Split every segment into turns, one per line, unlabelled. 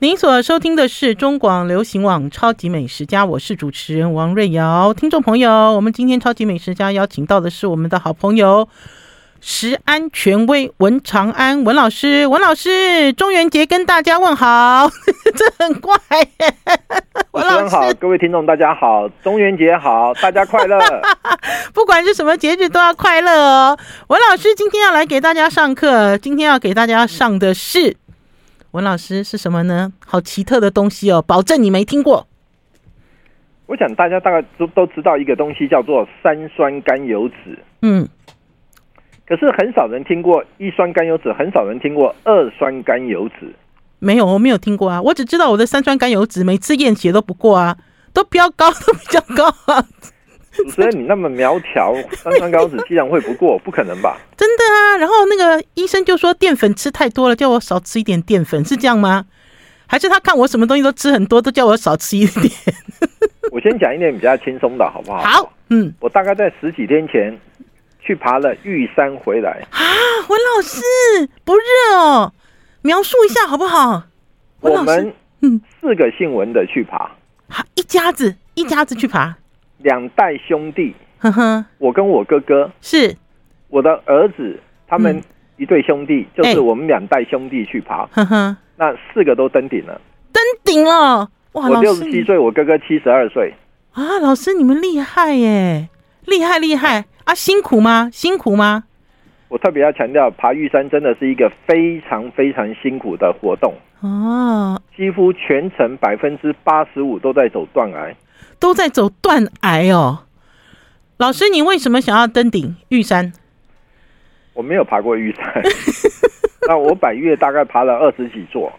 您所收听的是中广流行网《超级美食家》，我是主持人王瑞瑶。听众朋友，我们今天《超级美食家》邀请到的是我们的好朋友食安权威文长安文老师。文老师，中元节跟大家问好，这很怪耶。文
主持
老
人好
师，，
各位听众大家好，中元节好，大家快乐。
不管是什么节日都要快乐哦。文老师今天要来给大家上课，今天要给大家上的是文老师是什么呢？好奇特的东西哦，保证你没听过。
我想大家大概都都知道一个东西叫做三酸甘油酯，
嗯。
可是很少人听过一酸甘油酯，很少人听过二酸甘油酯。
没有，我没有听过啊，我只知道我的三酸甘油脂每次验血都不过啊，都标高，都比较高啊，
主持人你那么苗条，三酸甘油酯既然会不过，不可能 吧？
真的啊。然后那个医生就说淀粉吃太多了，叫我少吃一点淀粉，是这样吗？还是他看我什么东西都吃很多，都叫我少吃一点？
我先讲一点比较轻松的，好不好？
好，嗯
我大概在十几天前去爬了玉山回来，
啊，文老师不热哦，描述一下好不好？文
我
老师
们，
嗯，
四个姓文的去爬，
好，一家子一家子去爬，
两代兄弟，
呵呵，
我跟我哥哥，
是，
我的儿子他们
嗯
一对兄弟，就
哎
是我们两代兄弟去爬，
呵呵，
那四个都登顶了。
登顶了，哇，
我
老
六
师
十
你
七岁，我哥哥七十二岁。
啊，老师你们厉害耶，厉害厉害啊！辛苦吗？辛苦吗？
我特别要强调，爬玉山真的是一个非常非常辛苦的活动，
哦，
几乎全程百分之八十五都在走断崖。
都在走断崖哦。老师，你为什么想要登顶玉山？
我没有爬过玉 山，那我百越大概爬了二十几座，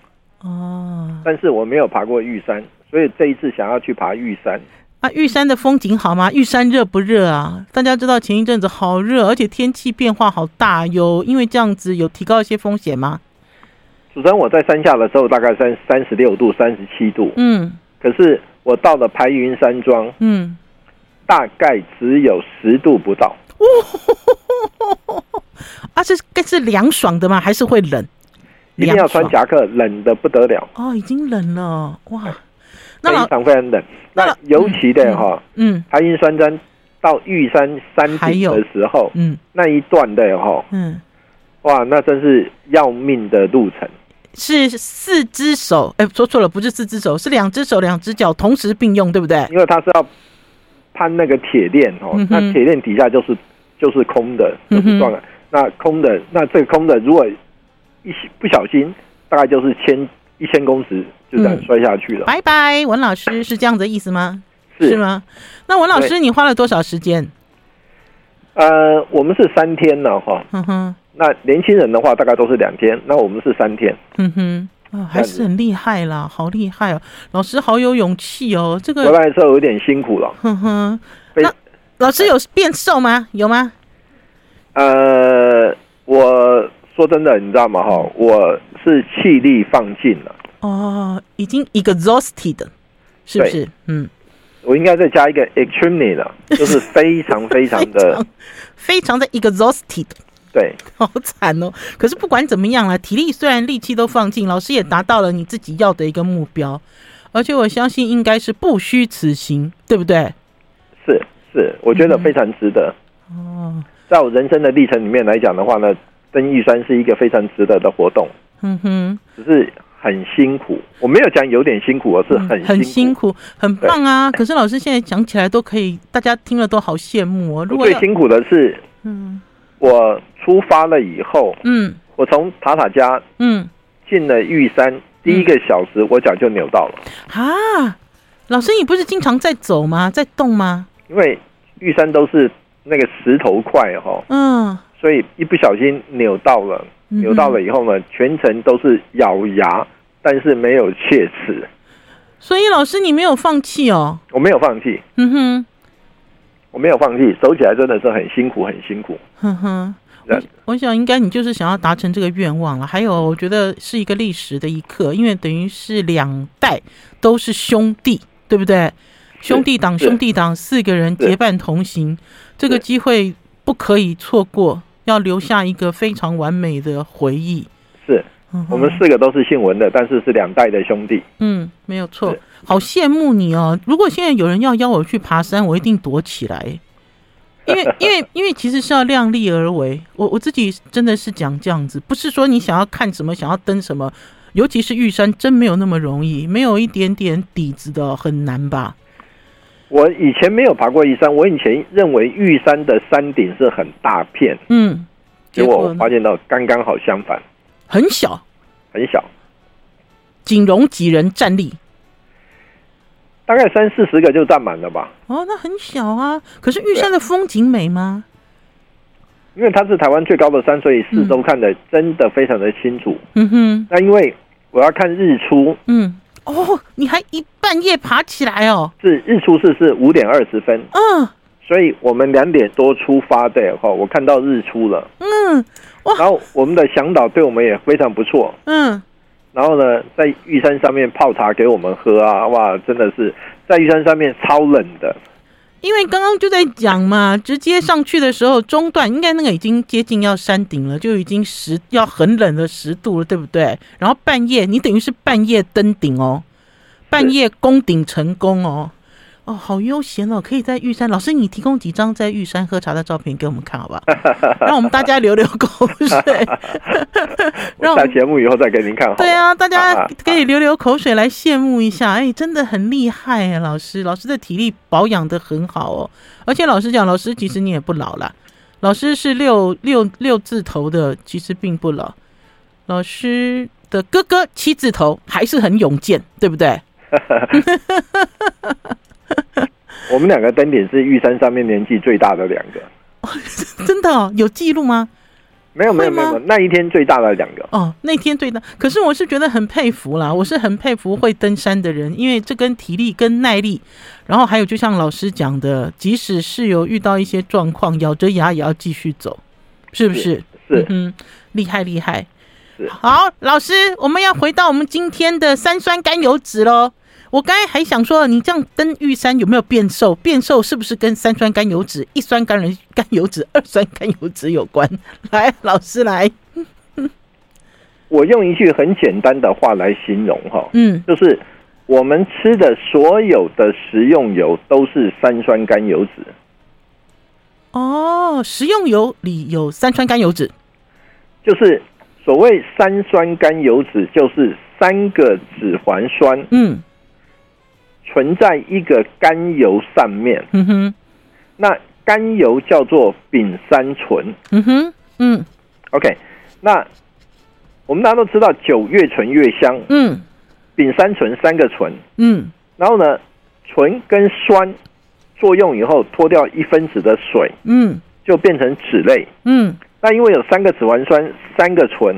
哦，
但是我没有爬过玉山，所以这一次想要去爬玉山。
啊，玉山的风景好吗？玉山热不热啊？大家知道前一阵子好热，而且天气变化好大，有因为这样子有提高一些风险吗？
主持人，我在山下的时候大概三三十六度、三十七度，
嗯
可是我到了排云山庄，
嗯，
大概只有十度不到，
啊，这是该是凉爽的吗？还是会冷？
一定要穿
凉爽
夹克，冷的不得了，
哦，已经冷了哇！哎那
非
老
常非常冷。
那
那尤其的哈，
嗯
排云山庄到玉山山
还
顶
有
的时候，
嗯
那一段的哈，
嗯，
哇，那真是要命的路程。
是四只手，哎、说错了，不是四只手，是两只手、两只脚同时并用，对不对？
因为它是要攀那个铁链哦
嗯哼，
那铁链底下就是就是空的，就
嗯哼
是断了。那空的，那这个空的，如果一不小心，大概就是千一千公尺就这样
嗯
摔下去了。
拜拜，文老师是这样的意思吗？
是
吗？那文老师，你花了多少时间？
呃，我们是三天了哈，
哼哼，
那年轻人的话大概都是两天，那我们是三天。
哼哼。啊、还是很厉害啦，好厉害哦！老师好有勇气哦，这
回
个，
来的时候有点辛苦了，
哼哼。
非
那老师有变瘦吗？有吗？
呃，我说真的，你知道吗？哈，我是气力放尽了，
哦，已经 exhausted，是不是？嗯，
我应该再加一个 extremely 了，就是非常非常的
非常的 exhausted。
对。
好惨哦！可是不管怎么样啦，体力虽然力气都放尽，老师也达到了你自己要的一个目标，而且我相信应该是不虚此行，对不对？
是是，我觉得非常值得。
哦，
在我人生的历程里面来讲的话呢，登玉山是一个非常值得的活动，
哼嗯哼，
只是很辛苦。我没有讲有点辛苦，我是很
嗯很辛
辛苦。
苦，很棒啊！可是老师现在讲起来都可以，大家听了都好羡慕哦。如
我
果
最
要，
辛苦的是
嗯
我出发了以后，
嗯
我从塔塔加
嗯
进了玉山，第一个小时我脚就扭到了，
啊，老师你不是经常在走吗？在动吗？
因为玉山都是那个石头块哈、哦，
嗯，
所以一不小心扭到了，
嗯哼
扭到了以后呢，全程都是咬牙，但是没有切齿，
所以老师你没有放弃哦。
我没有放弃。
哼哼
我没有放弃，走起来真的是很辛苦，很辛苦。
哼哼。
那
我想应该你就是想要达成这个愿望了。还有，我觉得是一个历史的一刻，因为等于是两代都是兄弟，对不对？兄弟党，
是
兄弟党，四个人
是
结伴同行，这个
是
机会不可以错过，要留下一个非常完美的回忆。
是
嗯哼
我们四个都是姓文的，但是是两代的兄弟。
嗯，没有错
是，
好羡慕你哦！如果现在有人要邀我去爬山，我一定躲起来，因为 因为因为其实是要量力而为。我我自己真的是讲这样子，不是说你想要看什么，想要登什么，尤其是玉山，真没有那么容易，没有一点点底子的哦很难吧？
我以前没有爬过玉山，我以前认为玉山的山顶是很大片，
嗯，
结果我
呢
发现到刚刚好相反，
很小，
很小，
仅容几人站立。
大概三四十个就占满了吧。
哦，那很小啊。可是玉山的风景美吗？
因为它是台湾最高的山，所以四周看的真的非常的清楚。
嗯哼，
那因为我要看日出，
嗯，哦，你还一半夜爬起来哦，
是日出是是五点二十分，
嗯。
所以我们两点多出发的哈，我看到日出了。
嗯
然后我们的向导对我们也非常不错，
嗯，
然后呢，在玉山上面泡茶给我们喝啊，哇，真的是在玉山上面超冷的，
因为刚刚就在讲嘛，直接上去的时候中段应该那个已经接近要山顶了，就已经十要很冷的十度了，对不对？然后半夜你等于是半夜登顶哦，半夜攻顶成功哦，哦，好悠闲哦，可以在玉山。老师，你提供几张在玉山喝茶的照片给我们看好不好？让我们大家流流口水。 让
我
我们
下节目以后再给您看好。
对，啊，大
啊
家
啊
可以流流口水来羡慕一下，哎，真的很厉害哎，老师，老师的体力保养的很好哦，而且老师讲，老师其实你也不老啦，老师是六六六字头的，其实并不老，老师的哥哥七字头还是很勇健，对不对？
我们两个登顶是玉山上面年纪最大的两个，
真的、哦、有记录吗？
没有没有
会吗
没有，没有那一天最大的两个。
哦，那天对的，可是我是觉得很佩服啦，我是很佩服会登山的人，因为这跟体力、跟耐力，然后还有就像老师讲的，即使是有遇到一些状况，咬着牙也要继续走，是不是？
是
嗯哼，厉害厉害
是。
好，老师，我们要回到我们今天的三酸甘油脂喽。我刚才还想说，你这样登玉山有没有变瘦？变瘦是不是跟三酸甘油脂、一酸甘人甘油脂、二酸甘油脂有关？来，老师来，
我用一句很简单的话来形容哈，
嗯。
就是我们吃的所有的食用油都是三酸甘油脂，
哦，食用油里有三酸甘油脂。
就是所谓三酸甘油脂，就是三个脂环酸
嗯
存在一个甘油上面。
哼哼
那甘油叫做丙三醇
嗯哼嗯
，OK？那我们大家都知道，酒越醇越香，
嗯
丙三醇三个醇，
嗯
然后呢，醇跟酸作用以后脱掉一分子的水，
嗯
就变成酯类。
嗯
那因为有三个脂肪酸，三个醇，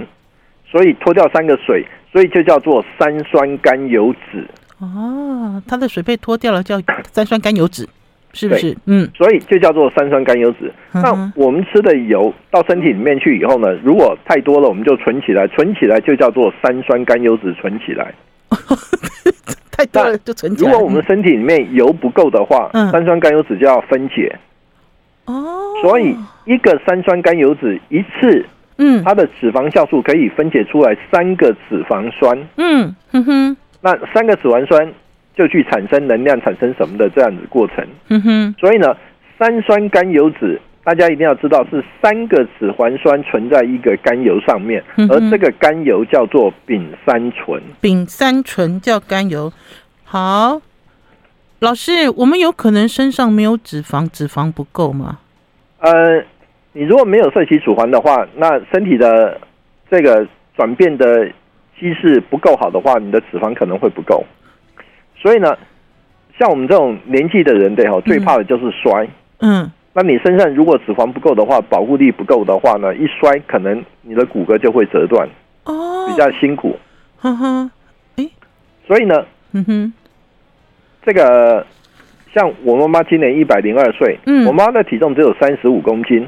所以脱掉三个水，所以就叫做三酸甘油酯。
哦，它的水被脱掉了，叫三酸甘油脂，是不
对
是？嗯
所以就叫做三酸甘油脂。
嗯
那
哼
我们吃的油到身体里面去以后呢，如果太多了，我们就存起来，存起来就叫做三酸甘油脂存起来。
太多了就存起
如
来。
果我们身体里面油不够的话，
嗯
三酸甘油脂就要分解。
哦，
所以一个三酸甘油脂一次，
嗯
它的脂肪酵素可以分解出来三个脂肪酸，
嗯哼哼
那三个脂肪酸就去产生能量，产生什么的这样子过程。
哼哼
所以呢，三酸甘油脂大家一定要知道是三个脂环酸存在一个甘油上面，
嗯哼
而这个甘油叫做丙三醇。
丙三醇叫甘油。好，老师，我们有可能身上没有脂肪，脂肪不够吗？
呃，你如果没有摄取组环的话，那身体的这个转变的机制不够好的话，你的脂肪可能会不够。所以呢，像我们这种年纪的人，对哈，最怕的就是衰。
嗯
那你身上如果脂肪不够的话，保护力不够的话呢，一摔可能你的骨骼就会折断，
哦
比，较辛苦。
哈哈，
所以呢，
嗯哼
这个像我妈妈今年一百零二岁，
嗯
我妈的体重只有三十五公斤，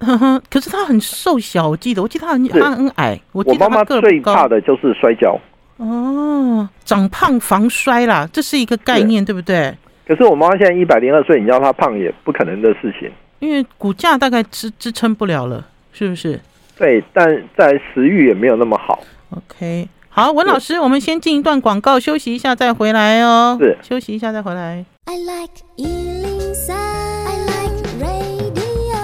哼哼， 可是他很瘦小，我记得，我记得他很
是
他很矮，我记
我
得
妈
他
妈
个
最
不
怕
高。
的就是摔跤。
哦，长胖防衰啦，这是一个概念，对不对？
可是我妈妈现在一百零二岁，你要她胖也不可能的事情。
因为骨架大概支支撑不了了，是不是？
对，但在食欲也没有那么好。
OK，好，文老师，我们先进一段广告，休息一下再回来哦。
是
休息一下再回来。
I like Ealing Sound. I like radio.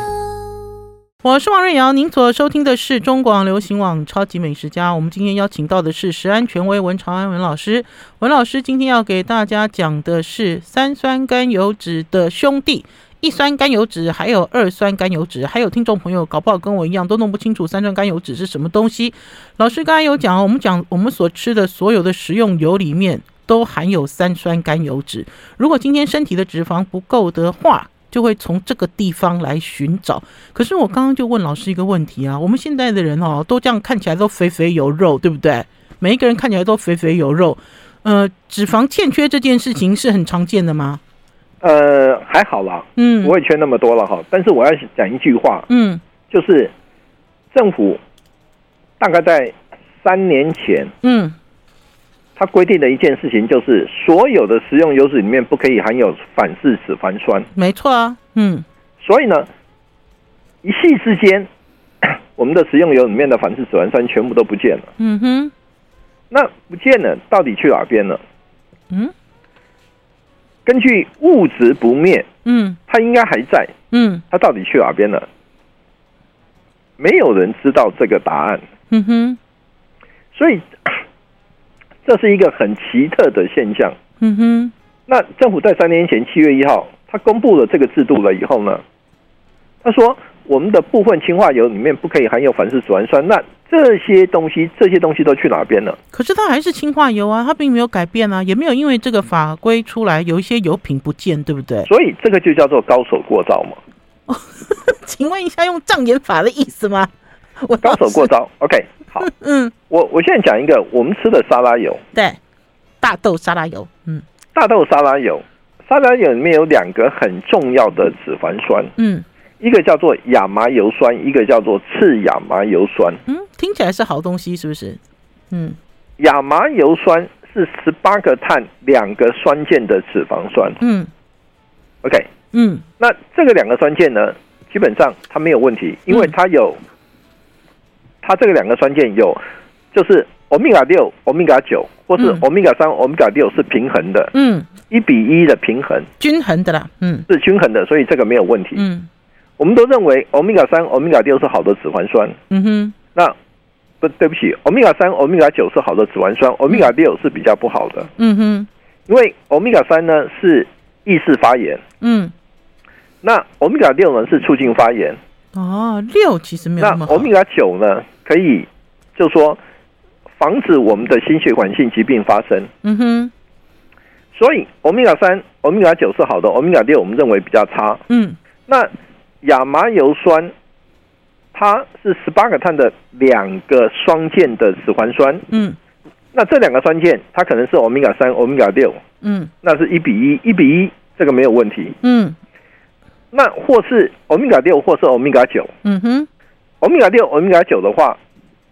我是王瑞瑶，您所收听的是中广流行网《超级美食家》。我们今天邀请到的是食安权威文长安文老师。文老师今天要给大家讲的是三酸甘油脂的兄弟。一酸甘油脂，还有二酸甘油脂，还有听众朋友搞不好跟我一样都弄不清楚三酸甘油脂是什么东西。老师刚才有讲哦，我们讲我们所吃的所有的食用油里面都含有三酸甘油脂。如果今天身体的脂肪不够的话，就会从这个地方来寻找。可是我刚刚就问老师一个问题啊，我们现在的人哦，都这样看起来都肥肥有肉，对不对？每一个人看起来都肥肥有肉，呃，脂肪欠缺这件事情是很常见的吗？
呃，还好啦，
嗯，
不会缺那么多了哈。但是我要讲一句话，
嗯
就是政府大概在三年前，
嗯
它规定的一件事情就是，所有的食用油脂里面不可以含有反式脂肪酸。
没错啊，嗯
所以呢，一夕之间， 我们的食用油里面的反式脂肪酸全部都不见了。
嗯哼
那不见了，到底去哪边了？
嗯
根据物质不灭，
嗯
它应该还在，
嗯
它到底去哪边了？没有人知道这个答案，
嗯哼
所以 这是一个很奇特的现象。
嗯哼
那政府在三年前七月一号，他公布了这个制度了以后呢，他说我们的部分氢化油里面不可以含有反式脂肪酸，那这些东西这些东西都去哪边了？
可是它还是氢化油啊，它并没有改变啊，也没有因为这个法规出来有一些油品不见，对不对？
所以这个就叫做高手过招嘛，
请问一下，用障眼法的意思 吗？我
高手 过招。OK，好，
哦嗯，
我我现在讲一个我们吃的沙拉油，
对，大豆沙拉油，嗯
大豆沙拉油，沙拉油里面有两个很重要的脂肪酸，
嗯
一个叫做亚麻油酸，一个叫做次亚麻油酸。
嗯，听起来是好东西，是不是？嗯
亚麻油酸是十八个碳两个酸键的脂肪酸。
嗯
OK，
嗯
那这个两个酸键呢，基本上它没有问题，因为它
嗯
有、它这个两个酸键有就是欧米伽六、欧米伽九或是
嗯
欧米伽三、欧米伽六是平衡的，
嗯，
一比一的平衡
均衡的啦，嗯
是均衡的，所以这个没有问题。
嗯
我们都认为欧米伽三、欧米伽六是好的脂肪酸，
嗯哼
那不对不起，欧米伽三、欧米伽九是好的脂肪酸，欧米伽六是比较不好的。
嗯哼
因为欧米伽三呢是抑制发炎，
嗯，
那欧米伽六呢是促进发炎，
哦，六其实没有
那
那么好
欧，米伽九呢可以就说防止我们的心血管性疾病发生。
嗯哼
所以欧米伽三、欧米伽九是好的，欧米伽六我们认为比较差。
嗯
那亚麻油酸它是十八个碳的两个双键的脂肪酸，
嗯
那这两个双键它可能是欧米伽三、欧米伽六，
嗯
那是一比一，一比一这个没有问题。
嗯
那或是欧米伽六，或是欧米伽九。
嗯哼
欧米伽六、欧米伽九的话，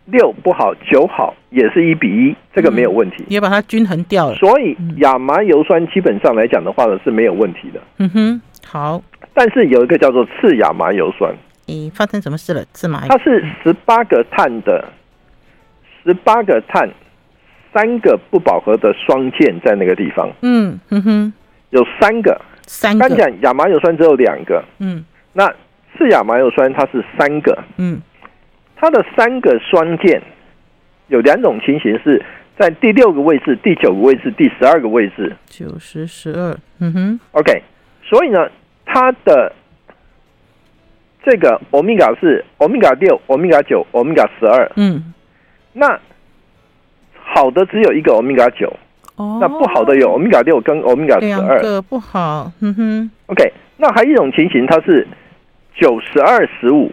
六不好，九好，也是一比一，这个没有问题。
也把它均衡掉了，
所以亚麻油酸基本上来讲的话呢是没有问题的，
嗯哼，好，
但是有一个叫做次亚麻油酸，
诶，发生什么事了？芝麻
它是十八个碳的，十八个碳，三个不饱和的双键在那个地方
嗯嗯哼，
有三个。
三
刚
个，
讲亚麻油酸只有两个，
嗯
那次亚麻油酸它是三个，
嗯
它的三个双键有两种情形是在第六个位置、第九个位置、第十二个位置。
九十十二，嗯哼
OK，所以呢，它的这个欧米伽是欧米伽六、欧米伽九、欧米伽十二。
嗯，
那好的只有一个欧米伽九，
哦，
那不好的有欧米伽六跟欧米伽十
两
二。
个不好，嗯哼。
OK，那还有一种情形，它是九十二十五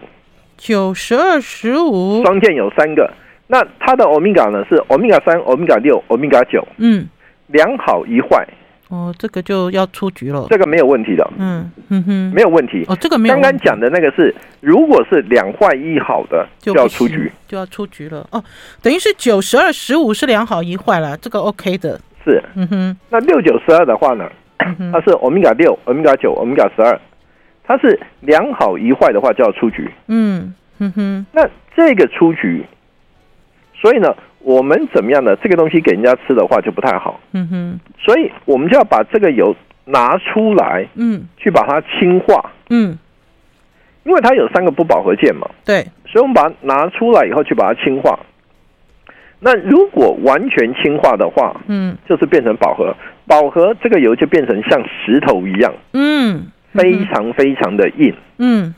九十二十五，
双键有三个。那它的欧米伽呢是欧米伽三、欧米伽六、欧米伽九，
嗯，
两好一坏。
哦，这个就要出局了。
这个没有问题的，
嗯嗯哼，
没有问题。
哦，这个没有
刚
问题。
刚讲的那个是，如果是两坏一好的，
就
就
不
要出
行
局。，
就要出局了。哦，等于是九十二十五是两好一坏了，这个 OK 的。
是，
嗯哼，
那六九十二的话呢，
嗯
它
哼，
是欧米伽六、欧米伽九、欧米伽十二，它是两好一坏的话就要出局。
嗯嗯哼，
那这个出局，所以呢，我们怎么样呢？这个东西给人家吃的话就不太好，
嗯哼，
所以我们就要把这个油拿出来
嗯
去把它氢化，
嗯，
因为它有三个不饱和键嘛，
对，
所以我们把它拿出来以后去把它氢化。那如果完全氢化的话，
嗯
就是变成饱和，饱和这个油就变成像石头一样，
嗯，
非常非常的硬，
嗯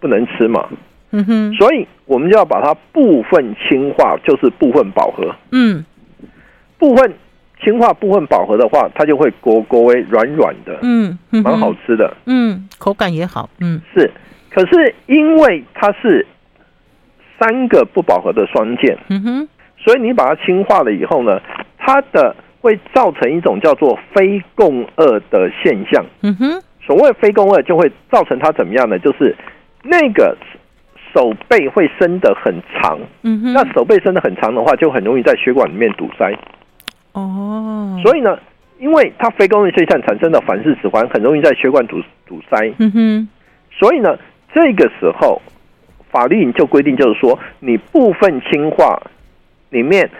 不能吃嘛。
嗯哼，
所以我们就要把它部分氢化，就是部分饱和。
嗯
部分氢化、部分饱和的话，它就会果果为软软的，
嗯，
蛮好，吃的。
嗯，口感也好，嗯
是，可是因为它是嗯三个不饱和的双键，
嗯哼，
所以你把它氢化了以后呢，它的会造成一种叫做非共轭的现象。
嗯哼，
所谓非共轭，就会造成它怎么样呢？就是那个手背会伸得很长，
嗯哼，
那手背伸得很长的话，就很容易在血管里面堵塞。
哦，以，
所以呢，因为它非共轭现象产生的反式指环，很容易在血管堵堵塞。
嗯哼，
所以呢，这个时候法律就规定，就是说你部分氢化里面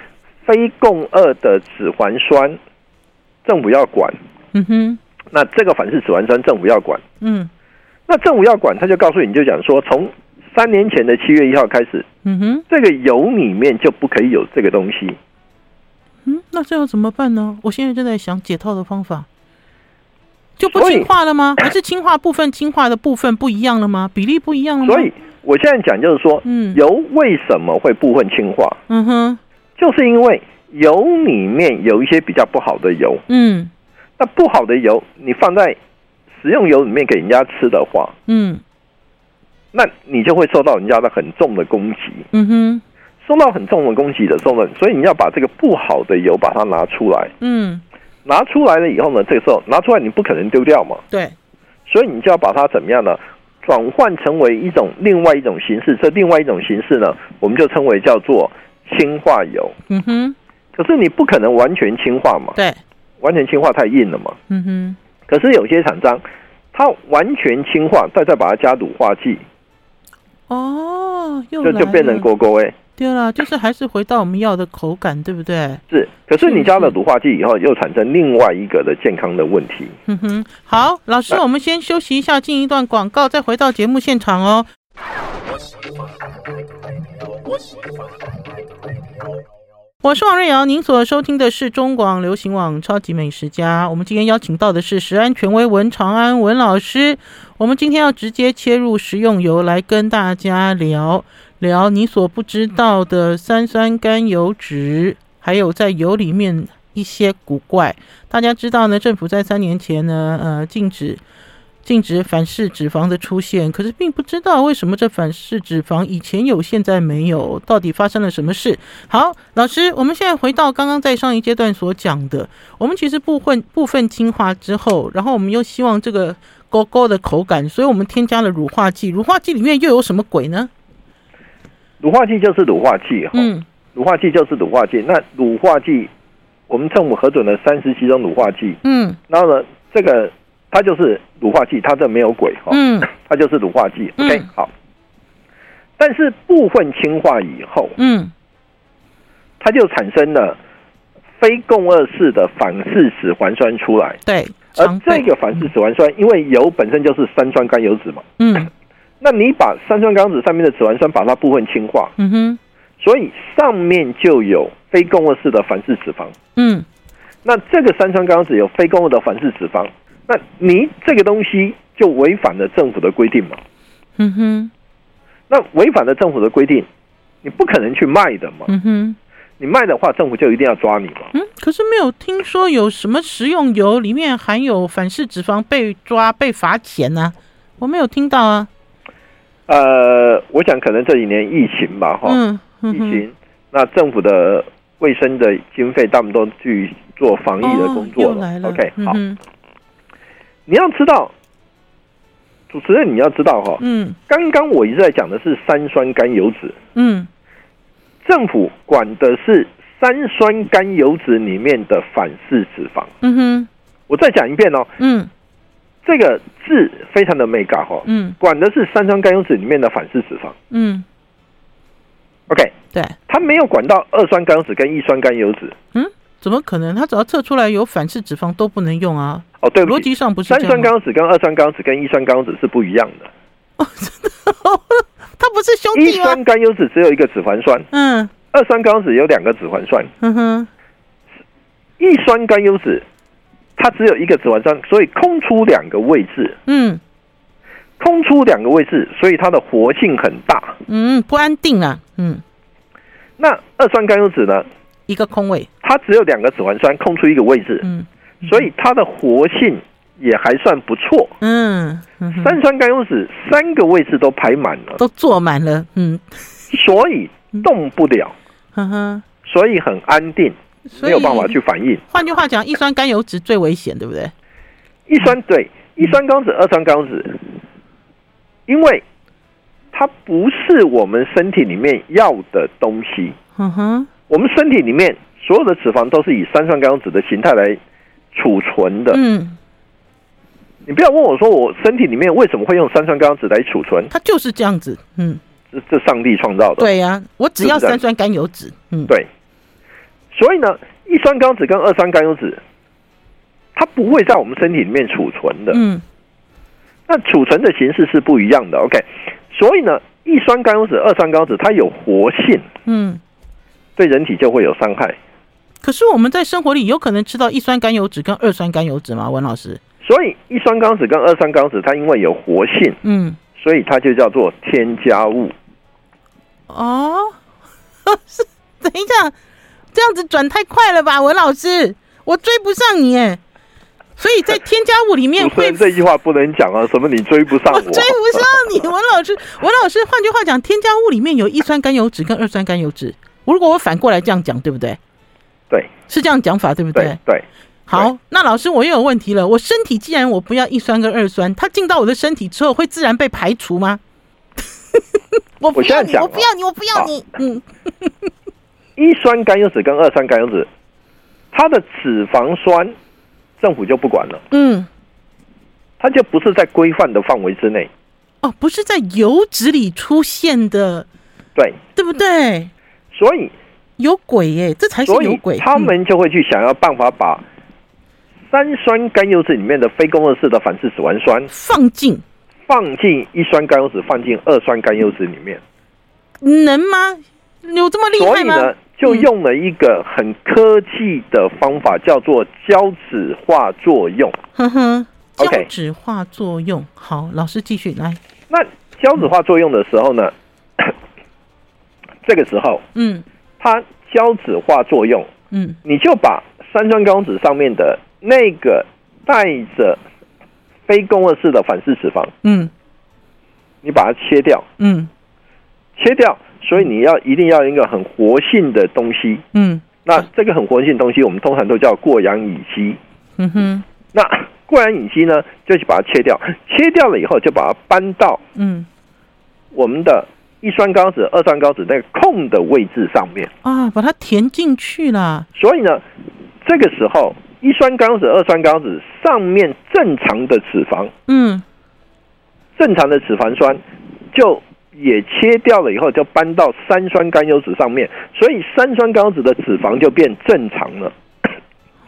非共轭的脂环酸，政府要管。
嗯哼，
那这个反式脂环酸政府要管，
嗯
那政府要管，他就告诉你，就讲说，从三年前的七月一号开始，
嗯哼，
这个油里面就不可以有这个东西。
嗯，那这要怎么办呢？我现在正在想解套的方法，就不
所以
氢化了吗？还是氢化部分、氢化的部分不一样了吗？比例不一样了吗？
所以，我现在讲就是说，
嗯
油为什么会部分氢化？
嗯哼，
就是因为油里面有一些比较不好的油，
嗯
那不好的油你放在食用油里面给人家吃的话，
嗯
那你就会受到人家的很重的攻击。
嗯哼，
受到很重的攻击的时候呢，所以你要把这个不好的油把它拿出来，
嗯，
拿出来了以后呢，这个时候拿出来你不可能丢掉嘛，
对，
所以你就要把它怎么样呢？转换成为一种另外一种形式，这另外一种形式呢，我们就称为叫做氢化油。
嗯哼，
可是你不可能完全氢化嘛，
对，
完全氢化太硬了嘛。
嗯哼，
可是有些厂商，它完全氢化，再再把它加乳化剂，
哦，又
就就
来
变成
了
勾勾哎。
对了，就是还是回到我们要的口感，对不对？
是，可是
是
你加了
是
乳化剂以后，又产生另外一个的健康的问题。
哼嗯哼，好，老师，我们先休息一下，进一段广告，再回到节目现场哦。我是王瑞瑶，您所收听的是中广流行网《超级美食家》。我们今天邀请到的是食安权威文长安文老师。我们今天要直接切入食用油来跟大家聊聊你所不知道的三酸甘油脂，还有在油里面一些古怪。大家知道呢，政府在三年前呢，呃，禁止禁止反式脂肪的出现，可是并不知道为什么这反式脂肪以前有，现在没有，到底发生了什么事？好，老师，我们现在回到刚刚在上一阶段所讲的，我们其实部分部分精华之后，然后我们又希望这个勾勾的口感，所以我们添加了乳化剂，乳化剂里面又有什么鬼呢？
乳化剂就是乳化剂哈，
嗯
乳化剂就是乳化剂。那乳化剂，我们政府核准了三十几种乳化剂，
嗯
然后呢，这个它就是乳化剂，它这没有鬼哈，
嗯
它就是乳化剂。
嗯
OK，好。但是部分氢化以后，
嗯
它就产生了非共轭式的反式脂环酸出来。
对，
而
常
呃这
备
个反式脂环酸，因为油本身就是三酸甘油脂嘛，
嗯
那你把三酸甘油脂上面的脂环酸把它部分氢化，
嗯哼
所以上面就有非共轭式的反式脂肪。
嗯
那这个三酸甘油脂有非共轭的反式脂肪，那你这个东西就违反了政府的规定嘛？
嗯哼
那违反了政府的规定，你不可能去卖的嘛？
嗯哼。
你卖的话，政府就一定要抓你嘛？
嗯，可是没有听说有什么食用油里面含有反式脂肪被抓被罚钱呢、我没有听到啊。
呃，我想可能这几年疫情吧，哈、
嗯，嗯
疫
哼
情，那政府的卫生的经费，他们都去做防疫的工
哦、
作
又来了。
OK，好，
嗯哼
你要知道，主持人你要知道哈、
嗯
刚刚我一直在讲的是三酸甘油脂，
嗯
政府管的是三酸甘油脂里面的反式脂肪。
嗯哼
我再讲一遍哦，
嗯
这个字非常的美感哈、
嗯
管的是三酸甘油脂里面的反式脂肪。
嗯
OK，
对，
它没有管到二酸甘油酯跟一酸甘油酯。
嗯，怎么可能？它只要测出来有反式脂肪都不能用啊？
哦，对不
逻
起，
辑上不是
三
这
酸
样
甘
吗。
油酯跟二酸甘油酯跟一酸甘油酯是不一样的。
它不是兄
一
弟吗？
酸甘油酯只有一个脂环酸，
嗯
二酸甘油酯有两个脂环酸，
哼哼，
一酸甘油酯它只有一个脂环酸，所以空出两个位置，
嗯
空出两个位置，所以它的活性很大。
嗯，不安定啦，嗯，
那二酸甘油酯呢？
一个空位，
它只有两个脂环酸，空出一个位置，
嗯
所以它的活性也还算不错。
嗯嗯哼，
三酸甘油酯三个位置都排满了，
都坐满了，嗯
所以动不了，
哼哼，
所以很安定，
所
没
以
有办法去。反应。
换句话讲，一酸甘油脂最危险，对不对？
一酸对，一酸甘油酯、二酸甘油酯，因为它不是我们身体里面要的东西。
哼嗯哼，
我们身体里面所有的脂肪都是以三酸甘油酯的形态来储存的。
嗯，
你不要问我说我身体里面为什么会用三酸甘油酯来储存，
它就是这样子，嗯，
这这上帝创造的。
对呀、我只要
是不是
三酸甘油脂，嗯，
对，所以呢，一酸甘油酯跟二酸甘油酯，它不会在我们身体里面储存的。
嗯
那储存的形式是不一样的。OK，所以呢，一酸甘油酯、二酸甘油酯它有活性，
嗯。
对人体就会有伤害。
可是我们在生活里有可能吃到一酸甘油脂跟二酸甘油脂吗？文老师，
所以一酸甘油酯跟二酸甘油酯它因为有活性，
嗯，
所以它就叫做添加物。
哦， 是，等一下，这样子转太快了吧，文老师，我追不上你哎。所以在添加物里 面
主持
会
人这句话不能讲啊，什么你追不上
我
我？
追不上你，文老师。文老师，换句话讲，添加物里面有一酸甘油脂跟二酸甘油脂。我如果我反过来这样讲，对不对？
对
是这样讲法，对不对？
对对，
好，那老师我又有问题了。我身体既然我不要一酸跟二酸，它进到我的身体之后会自然被排除吗？ 我不
我现
要
在
你，
讲
我
啊
不要你，我不要你。嗯
一酸甘油酯跟二酸甘油酯，它的脂肪酸，政府就不管了，
嗯，
它就不是在规范的范围之内。
哦，不是在油脂里出现的，
对，
对不对？
所以
有鬼耶、这才是
所
有
以
鬼。嗯
他们就会去想要办法把三酸甘油酯里面的非共轭式的反式脂肪酸
嗯放进
放进一酸甘油酯，放进二酸甘油酯里面。
能吗？有这么厉
所
害
以
吗嗯
呢？，就用了一个很科技的方法，叫做胶质化作用。
呵呵，胶
OK
质化作用。好，老师继续来。
那胶质化作用的时候呢， 这个时候
嗯
它胶质化作用，
嗯
你就把三酸甘油酯上面的那个带着非共轭式的反式脂肪，
嗯
你把它切掉，
嗯
切掉。所以你要一定要用一个很活性的东西。
嗯
那这个很活性的东西，我们通常都叫过氧乙烯。
嗯哼
那 过氧乙烯呢，就去把它切掉，切掉了以后就把它搬到
嗯
我们的一酸甘油酯、二酸甘油酯那个空的位置上面。
啊，把它填进去啦。
所以呢，这个时候一酸甘油酯、二酸甘油酯上面正常的脂肪、
嗯
正常的脂肪酸就也切掉了以后，就搬到三酸甘油酯上面，所以三酸甘油酯的脂肪就变正常了。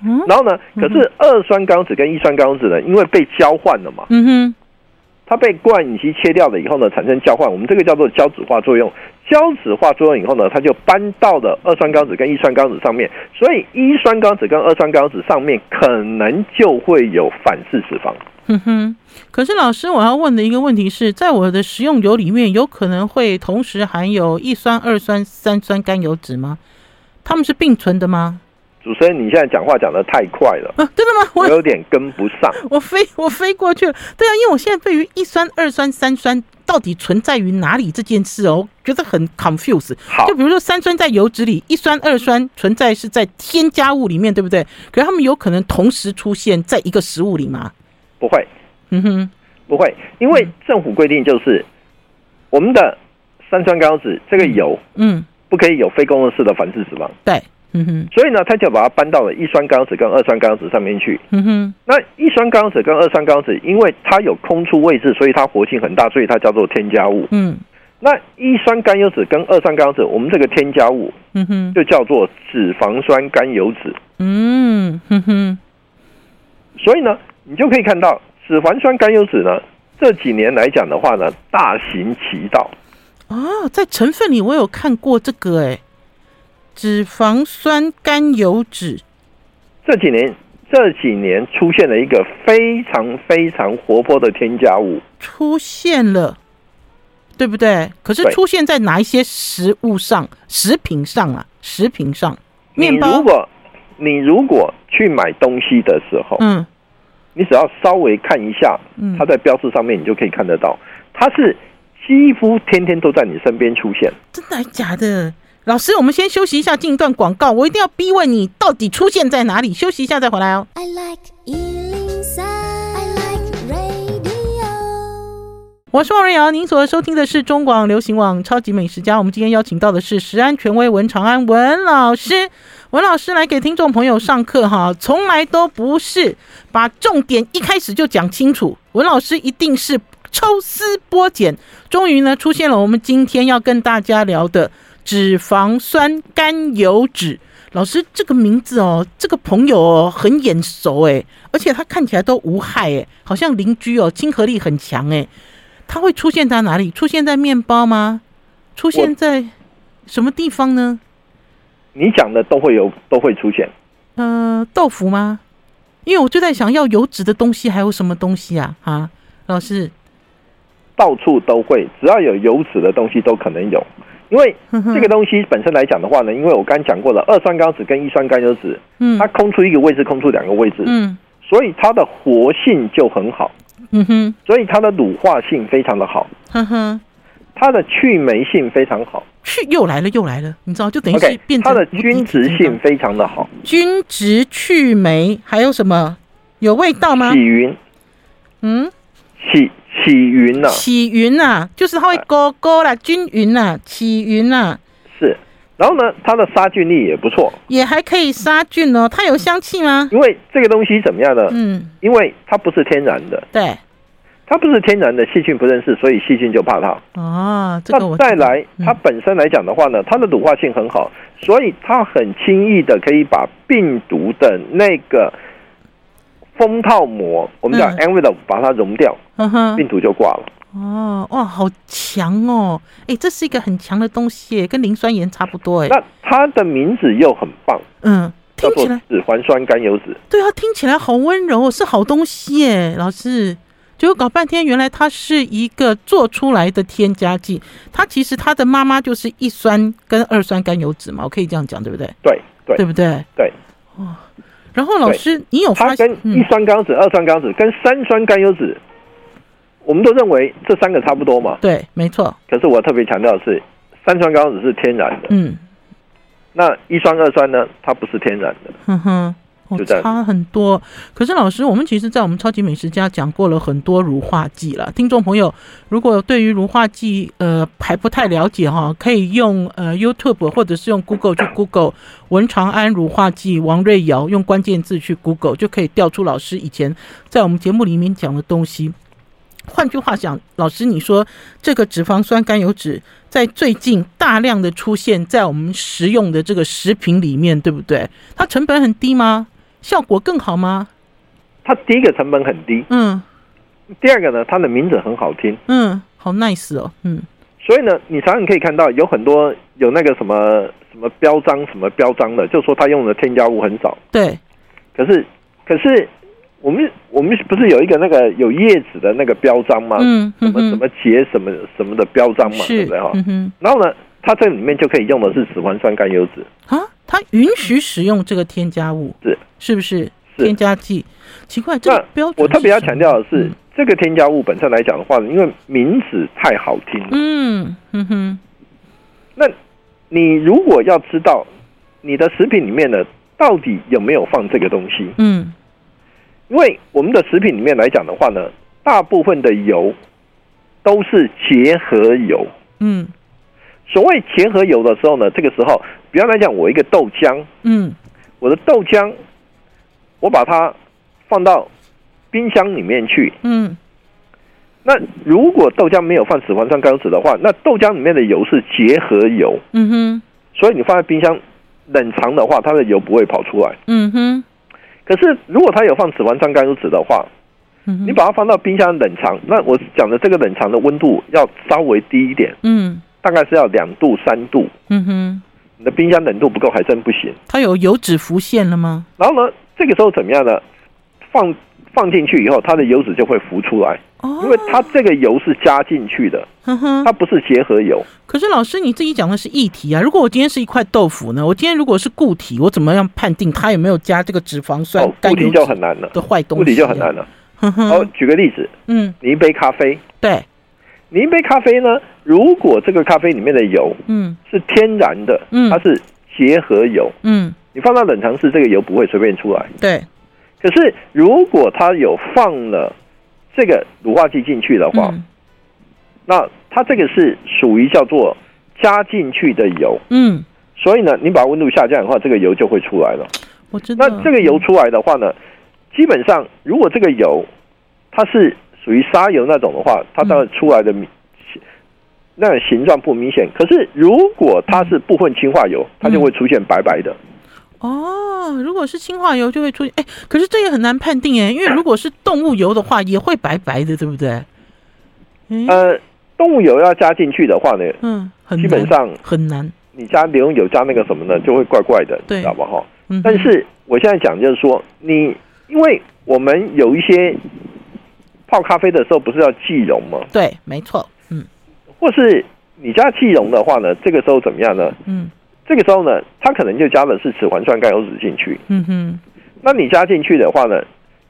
嗯
然后呢，
嗯
可是二酸甘油酯跟一酸甘油酯呢，因为被交换了嘛，
嗯哼
它被过氧乙烯切掉了以后呢，产生交换，我们这个叫做胶质化作用。胶质化作用以后呢，它就搬到了二酸甘油酯跟一酸甘油酯上面，所以一酸甘油酯跟二酸甘油酯上面可能就会有反式脂肪。
嗯哼。可是老师，我要问的一个问题是，在我的食用油里面，有可能会同时含有一酸、二酸、三酸甘油脂吗？它们是并存的吗？
主持人，你现在讲话讲得太快了，
啊，真的吗？
我
我
有点跟不上。
我飞我飞过去了。对啊，因为我现在对于一酸、二酸、三酸到底存在于哪里这件事哦，我觉得很 confuse。
好
就比如说三酸在油脂里，一酸、二酸存在是在添加物里面，对不对？可是它们有可能同时出现在一个食物里嘛？
不会，
嗯哼，
不会，因为政府规定就是我们的三酸甘油酯这个油
嗯，
不可以有非共轭式的反式脂肪，
对，嗯哼，
所以呢，它就把它搬到了一酸甘油酯跟二酸甘油酯上面去。
嗯哼，
那一酸甘油酯跟二酸甘油酯，因为它有空出位置，所以它活性很大，所以它叫做添加物。
嗯
那一酸甘油酯跟二酸甘油酯，我们这个添加物
嗯哼，
就叫做脂肪酸甘油酯。
嗯哼哼，
所以呢，你就可以看到脂肪酸甘油酯呢，这几年来讲的话呢，大行其道。
哦，在成分里我有看过这个哎，脂肪酸甘油酯，
这几年这几年出现了一个非常非常活泼的添加物，
出现了，对不对？可是
对
出现在哪一些食物上、食品上啊？食品上，
你
面包
如，果你如果去买东西的时候，
嗯
你只要稍微看一下
嗯，
它在标志上面，你就可以看得到，它是几乎天天都在你身边出现。
真的还假的？老师，我们先休息一下，进一段广告。我一定要逼问你到底出现在哪里。休息一下再回来哦。
I like Ealing Sound. I like radio.
我是王瑞瑶，您所收听的是中广流行网《超级美食家》。我们今天邀请到的是食安权威文长安文老师，文老师来给听众朋友上课哈，从来都不是把重点一开始就讲清楚，文老师一定是抽丝剥茧，终于呢出现了我们今天要跟大家聊的脂肪酸甘油酯。老师这个名字哦，这个朋友哦很眼熟诶，而且他看起来都无害诶，好像邻居哦，亲和力很强诶。它会出现在哪里？出现在面包吗？出现在什么地方呢？
你讲的都会有，都会出现。
呃，豆腐吗？因为我就在想要油脂的东西，还有什么东西啊？啊，老师，
到处都会，只要有油脂的东西都可能有。因为
呵呵
这个东西本身来讲的话呢，因为我刚讲过了，二酸甘油酯跟一酸甘油酯，
嗯
它空出一个位置，空出两个位置，
嗯
所以它的活性就很好，
嗯哼
所以它的乳化性非常的好，
呵呵，
它的去霉性非常好。
去又来了又来了，你知道就等于是
OK，
变成
它的
无敌
均值
竞争
性非常的好，
均值去霉，还有什么？有味道吗
起？云
嗯，
起起云呢、
起云呐、啊，就是它会勾勾啦，均匀呐、啊，起云呐、啊，
是，然后呢，它的杀菌力也不错，
也还可以杀菌哦。它有香气吗？
因为这个东西怎么样呢？
嗯，
因为它不是天然的，
对。
它不是天然的，细菌不认识，所以细菌就怕它。
哦，这个
那
我
再
知道
来，
嗯
它本身来讲的话呢，它的乳化性很好，所以它很轻易的可以把病毒的那个封套膜，我们讲
嗯
envelope 把它溶掉，
呵呵，
病毒就挂了。
嗯哦，哇，好强哦！哎，这是一个很强的东西耶，跟磷酸盐差不多哎。
那它的名字又很棒，
嗯，
叫
听
做
起来
脂肪酸甘油酯。
对啊，听起来好温柔哦，是好东西耶，老师。结果搞半天，原来它是一个做出来的添加剂。它其实它的妈妈就是一酸跟二酸甘油酯嘛，我可以这样讲，对不对？
对对
对不对？
对，
然后老
对
师，你有
它
发现嗯
跟？一酸甘油酯、二酸甘油酯跟三酸甘油酯，我们都认为这三个差不多嘛。
对，没错，
可是我特别强调的是，三酸甘油酯是天然的，
嗯，
那一酸、二酸呢，它不是天然的。
哼哼，哦
就、这样
差很多。可是老师，我们其实，在我们超级美食家讲过了很多乳化剂了。听众朋友，如果对于乳化剂呃还不太了解哈，可以用呃 YouTube 或者是用 Google 去 Google 文长安乳化剂王瑞瑶，用关键字去 Google 就可以调出老师以前在我们节目里面讲的东西。换句话讲，老师，你说这个脂肪酸甘油酯在最近大量的出现在我们食用的这个食品里面，对不对？它成本很低吗？效果更好吗？
它第一个成本很低，
嗯
第二个呢，它的名字很好听，
嗯，好 nice 哦，嗯
所以呢，你常常可以看到有很多有那个什么什么标章、什么标章的，就说它用的添加物很少。
对，
可是，可是我们我们不是有一个那个有叶子的那个标章吗？
嗯
什
嗯
啊么什
哼，
么节什么什么的标章嘛，对
是
不对哈？
嗯哼
然后呢，它这里面就可以用的是脂肪酸甘油酯，
啊，它允许使用这个添加物，
是
是不是？
嗯是
添加剂，奇怪，这个
那
标准
我特别要
是什
强
么嗯
调的是，，这个添加物本身来讲的话，因为名字太好听了，
嗯嗯哼，
那你如果要知道你的食品里面呢，到底有没有放这个东西，
嗯
因为我们的食品里面来讲的话呢，大部分的油都是结合油。
嗯
所谓结合油的时候呢，这个时候，比方来讲，我一个豆浆，
嗯
我的豆浆，我把它放到冰箱里面去，
嗯
那如果豆浆没有放脂肪酸甘油酯的话，那豆浆里面的油是结合油，
嗯哼，
所以你放在冰箱冷藏的话，它的油不会跑出来。
嗯哼，
可是如果它有放脂肪酸甘油酯的话，
嗯哼，
你把它放到冰箱冷藏，那我讲的这个冷藏的温度要稍微低一点，
嗯
大概是要两度三度。
嗯哼，
你的冰箱冷度不够还真不行。
它有油脂浮现了吗？
然后呢，这个时候怎么样呢？放放进去以后，它的油脂就会浮出来，
哦，嗯
因为它这个油是加进去的，
呵呵
它，不是结合油。
可是老师你自己讲的是液体啊，如果我今天是一块豆腐呢？我今天如果是固体，我怎么样判定它有没有加这个脂肪酸
哦，
甘
固
油
体
酯
就很难了，
的坏东西、啊
固体就很难。了。
呵呵，
哦，举个例子，
嗯，
你一杯咖啡，
对，
你一杯咖啡呢，如果这个咖啡里面的油
嗯
是天然的，
嗯
它是结合油，
嗯，
你放到冷藏室，这个油不会随便出来。
对，
可是如果它有放了这个乳化剂进去的话，
嗯
那它这个是属于叫做加进去的油，
嗯，
所以呢，你把温度下降的话，这个油就会出来了。
我知道。
那这个油出来的话呢，基本上如果这个油它是属于沙油那种的话，它当然出来的明、那种形状不明显。可是如果它是不混氢化油，它就会出现白白的。
哦，如果是氢化油就会出现，哎，可是这也很难判定哎，因为如果是动物油的话，也会白白的，对不对？嗯
呃，动物油要加进去的话呢，
嗯，很
基本
难
上
很难，
你加莲蓉油加那个什么呢，就会怪怪的，
对
知道吧？哈。
嗯哼，
但是我现在讲就是说，你因为我们有一些泡咖啡的时候不是要忌溶吗？
对，没错，嗯
或是你加气溶的话呢，这个时候怎么样呢？
嗯
这个时候呢，它可能就加的是脂肪酸甘油酯进去。
嗯哼，
那你加进去的话呢，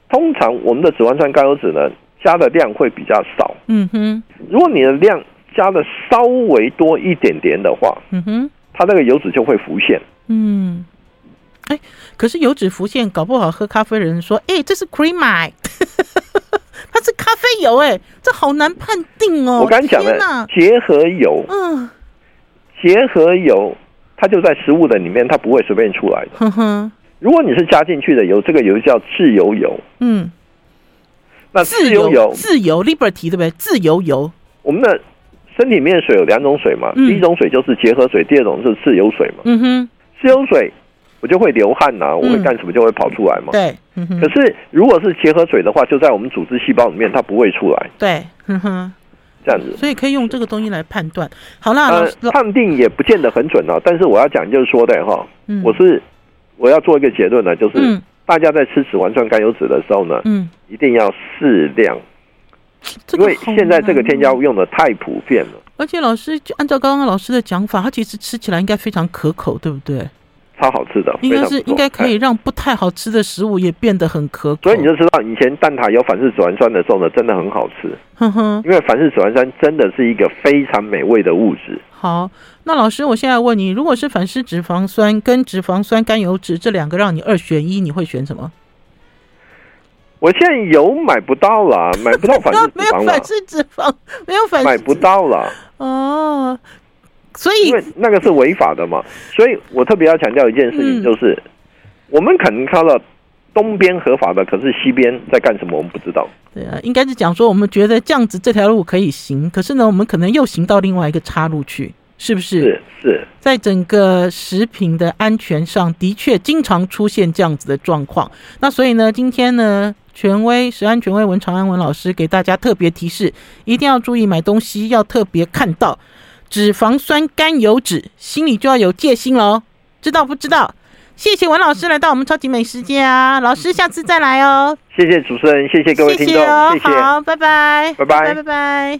通常我们的脂肪酸甘油酯呢，加的量会比较少。
嗯哼，
如果你的量加的稍微多一点点的话，
嗯哼，
它那个油脂就会浮现。
嗯。哎，可是油脂浮现，搞不好喝咖啡的人说：“哎，这是 cream 哎， 它是咖啡油哎，这好难判定哦。”
我欸刚才讲
天
的
哪
结合油，
嗯，
结合油它就在食物的里面，它不会随便出来的。
哼哼，
如果你是加进去的油，这个油叫自由油。
嗯，
那
自
自由油
自由 liberty 对不对？自由油，
我们的身体里面的水有两种水嘛，
嗯
第一种水就是结合水，第二种是自由水嘛。
嗯哼，
自由水我就会流汗呐、啊我会
嗯
干什么就会跑出来嘛。
对，嗯哼，
可是如果是结合水的话，就在我们组织细胞里面，它不会出来
对，哼哼，
这样子。
所以可以用这个东西来判断。好啦，老
呃
师，，老
判定也不见得很准啊。但是我要讲就是说的哈，
嗯
我是我要做一个结论呢，啊就是
嗯
大家在吃脂肪酸甘油脂的时候呢，
嗯，
一定要适量，
这
因
个
为
好
现在这个添加
难啊
物用的太普遍了，
而且老师就按照刚刚老师的讲法，它其实吃起来应该非常可口，对不对？
超好吃的，
应
非
该
常
是
不错
应该可以
哎
让不太好吃的食物也变得很可口。
所以你就知道，以前蛋挞有反式脂肪酸的时候呢，真的很好吃，
哼嗯哼，
因为反式脂肪酸真的是一个非常美味的物质。
好，那老师，我现在问你，如果是反式脂肪酸跟脂肪酸甘油酯这两个让你二选一，你会选什么？
我现在油买不 到啦，买不到反式脂
没有
肪啦
反，式脂肪，没有反式
买不到啦，
哦，所
因为
以
那个是违法的嘛。所以我特别要强调一件事
嗯
情，就是、我们可能看到东边合法的，可是西边在干什么，我们不知道。
对啊，应该是讲说我们觉得这样子这条路可以行，可是呢，我们可能又行到另外一个岔路去，是不是？
是是，
在整个食品的安全上的确经常出现这样子的状况。那所以呢，今天呢，权威食安权威文长安文老师给大家特别提示，一定要注意买东西要特别看到脂肪酸甘油脂，心里就要有戒心喽，知道不知道？谢谢文老师来到我们超级美食家，老师下次再来哦，
谢谢主持人，谢谢各位听众，
谢哦，
谢谢
好，拜拜，
拜拜
拜拜。